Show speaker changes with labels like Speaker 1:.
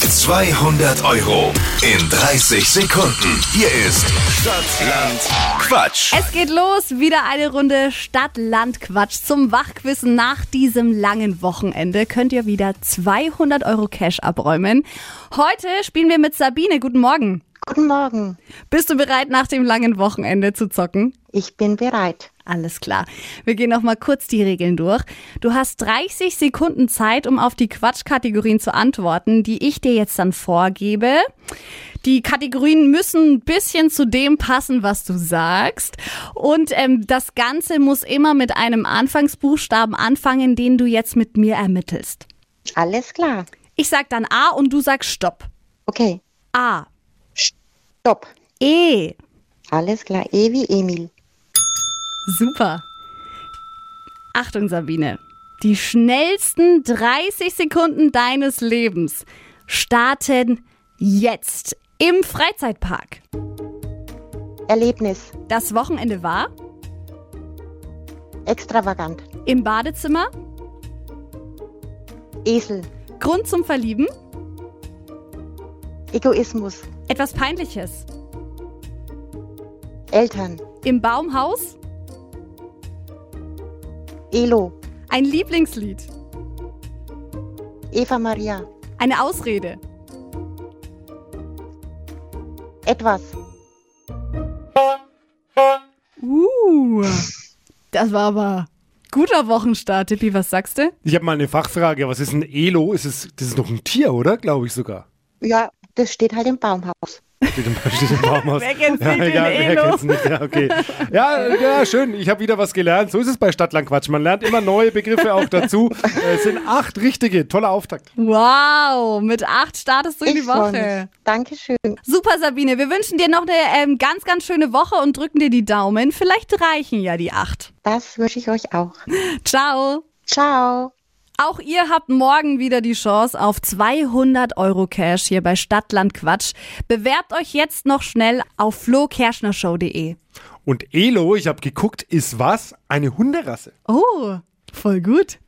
Speaker 1: 200 Euro in 30 Sekunden. Hier ist Stadtland Quatsch.
Speaker 2: Es geht los, wieder eine Runde Stadt-Land-Quatsch zum Wachquiz. Nach diesem langen Wochenende könnt ihr wieder 200 Euro Cash abräumen. Heute spielen wir mit Sabine. Guten Morgen.
Speaker 3: Guten Morgen,
Speaker 2: Bist du bereit, nach dem langen Wochenende zu zocken?
Speaker 3: ich bin bereit.
Speaker 2: Alles klar. Wir gehen noch mal kurz die Regeln durch. Du hast 30 Sekunden Zeit, um auf die Quatschkategorien zu antworten, die ich dir jetzt dann vorgebe. Die Kategorien müssen ein bisschen zu dem passen, was du sagst. Und ähm, das Ganze muss immer mit einem Anfangsbuchstaben anfangen, den du jetzt mit mir ermittelst.
Speaker 3: Alles klar.
Speaker 2: Ich sag dann A und du sagst Stopp.
Speaker 3: Okay,
Speaker 2: A,
Speaker 3: stopp.
Speaker 2: E.
Speaker 3: Alles klar. E wie Emil.
Speaker 2: Super. Achtung, Sabine. Die schnellsten 30 Sekunden deines Lebens starten jetzt im Freizeitpark.
Speaker 3: Erlebnis.
Speaker 2: Das Wochenende war
Speaker 3: Extravagant.
Speaker 2: im Badezimmer.
Speaker 3: Esel.
Speaker 2: Grund zum Verlieben.
Speaker 3: Egoismus.
Speaker 2: Etwas Peinliches.
Speaker 3: Eltern.
Speaker 2: Im Baumhaus.
Speaker 3: Elo.
Speaker 2: Ein Lieblingslied.
Speaker 3: Eva Maria.
Speaker 2: Eine Ausrede.
Speaker 3: Etwas.
Speaker 2: Uh, das war aber guter Wochenstart, Tippi. Was sagst du?
Speaker 4: Ich habe mal eine Fachfrage. Was ist ein Elo? Ist es, das ist noch ein Tier, oder? Glaube ich sogar.
Speaker 3: Ja, das steht halt im Baumhaus.
Speaker 4: Steht im, steht im Baumhaus.
Speaker 2: Wer kennt's nicht,
Speaker 4: ja,
Speaker 2: den
Speaker 4: egal, wer
Speaker 2: Elo?
Speaker 4: kennt's nicht? Ja, okay. ja, ja, schön. Ich habe wieder was gelernt. So ist es bei Stadtlandquatsch. Man lernt immer neue Begriffe auch dazu. Äh, Es sind acht richtige. Toller Auftakt.
Speaker 2: Wow, mit acht startest du in die
Speaker 3: freu
Speaker 2: Woche.
Speaker 3: mich. Dankeschön.
Speaker 2: Super, Sabine. Wir wünschen dir noch eine ähm, ganz, ganz schöne Woche und drücken dir die Daumen. Vielleicht reichen ja die acht.
Speaker 3: Das wünsche ich euch auch.
Speaker 2: Ciao.
Speaker 3: Ciao.
Speaker 2: Auch ihr habt morgen wieder die Chance auf 200 Euro Cash hier bei Stadtland Quatsch. Bewerbt euch jetzt noch schnell auf flokerschnershow.de.
Speaker 4: Und Elo, ich habe geguckt, ist was? Eine Hunderasse.
Speaker 2: Oh, voll gut.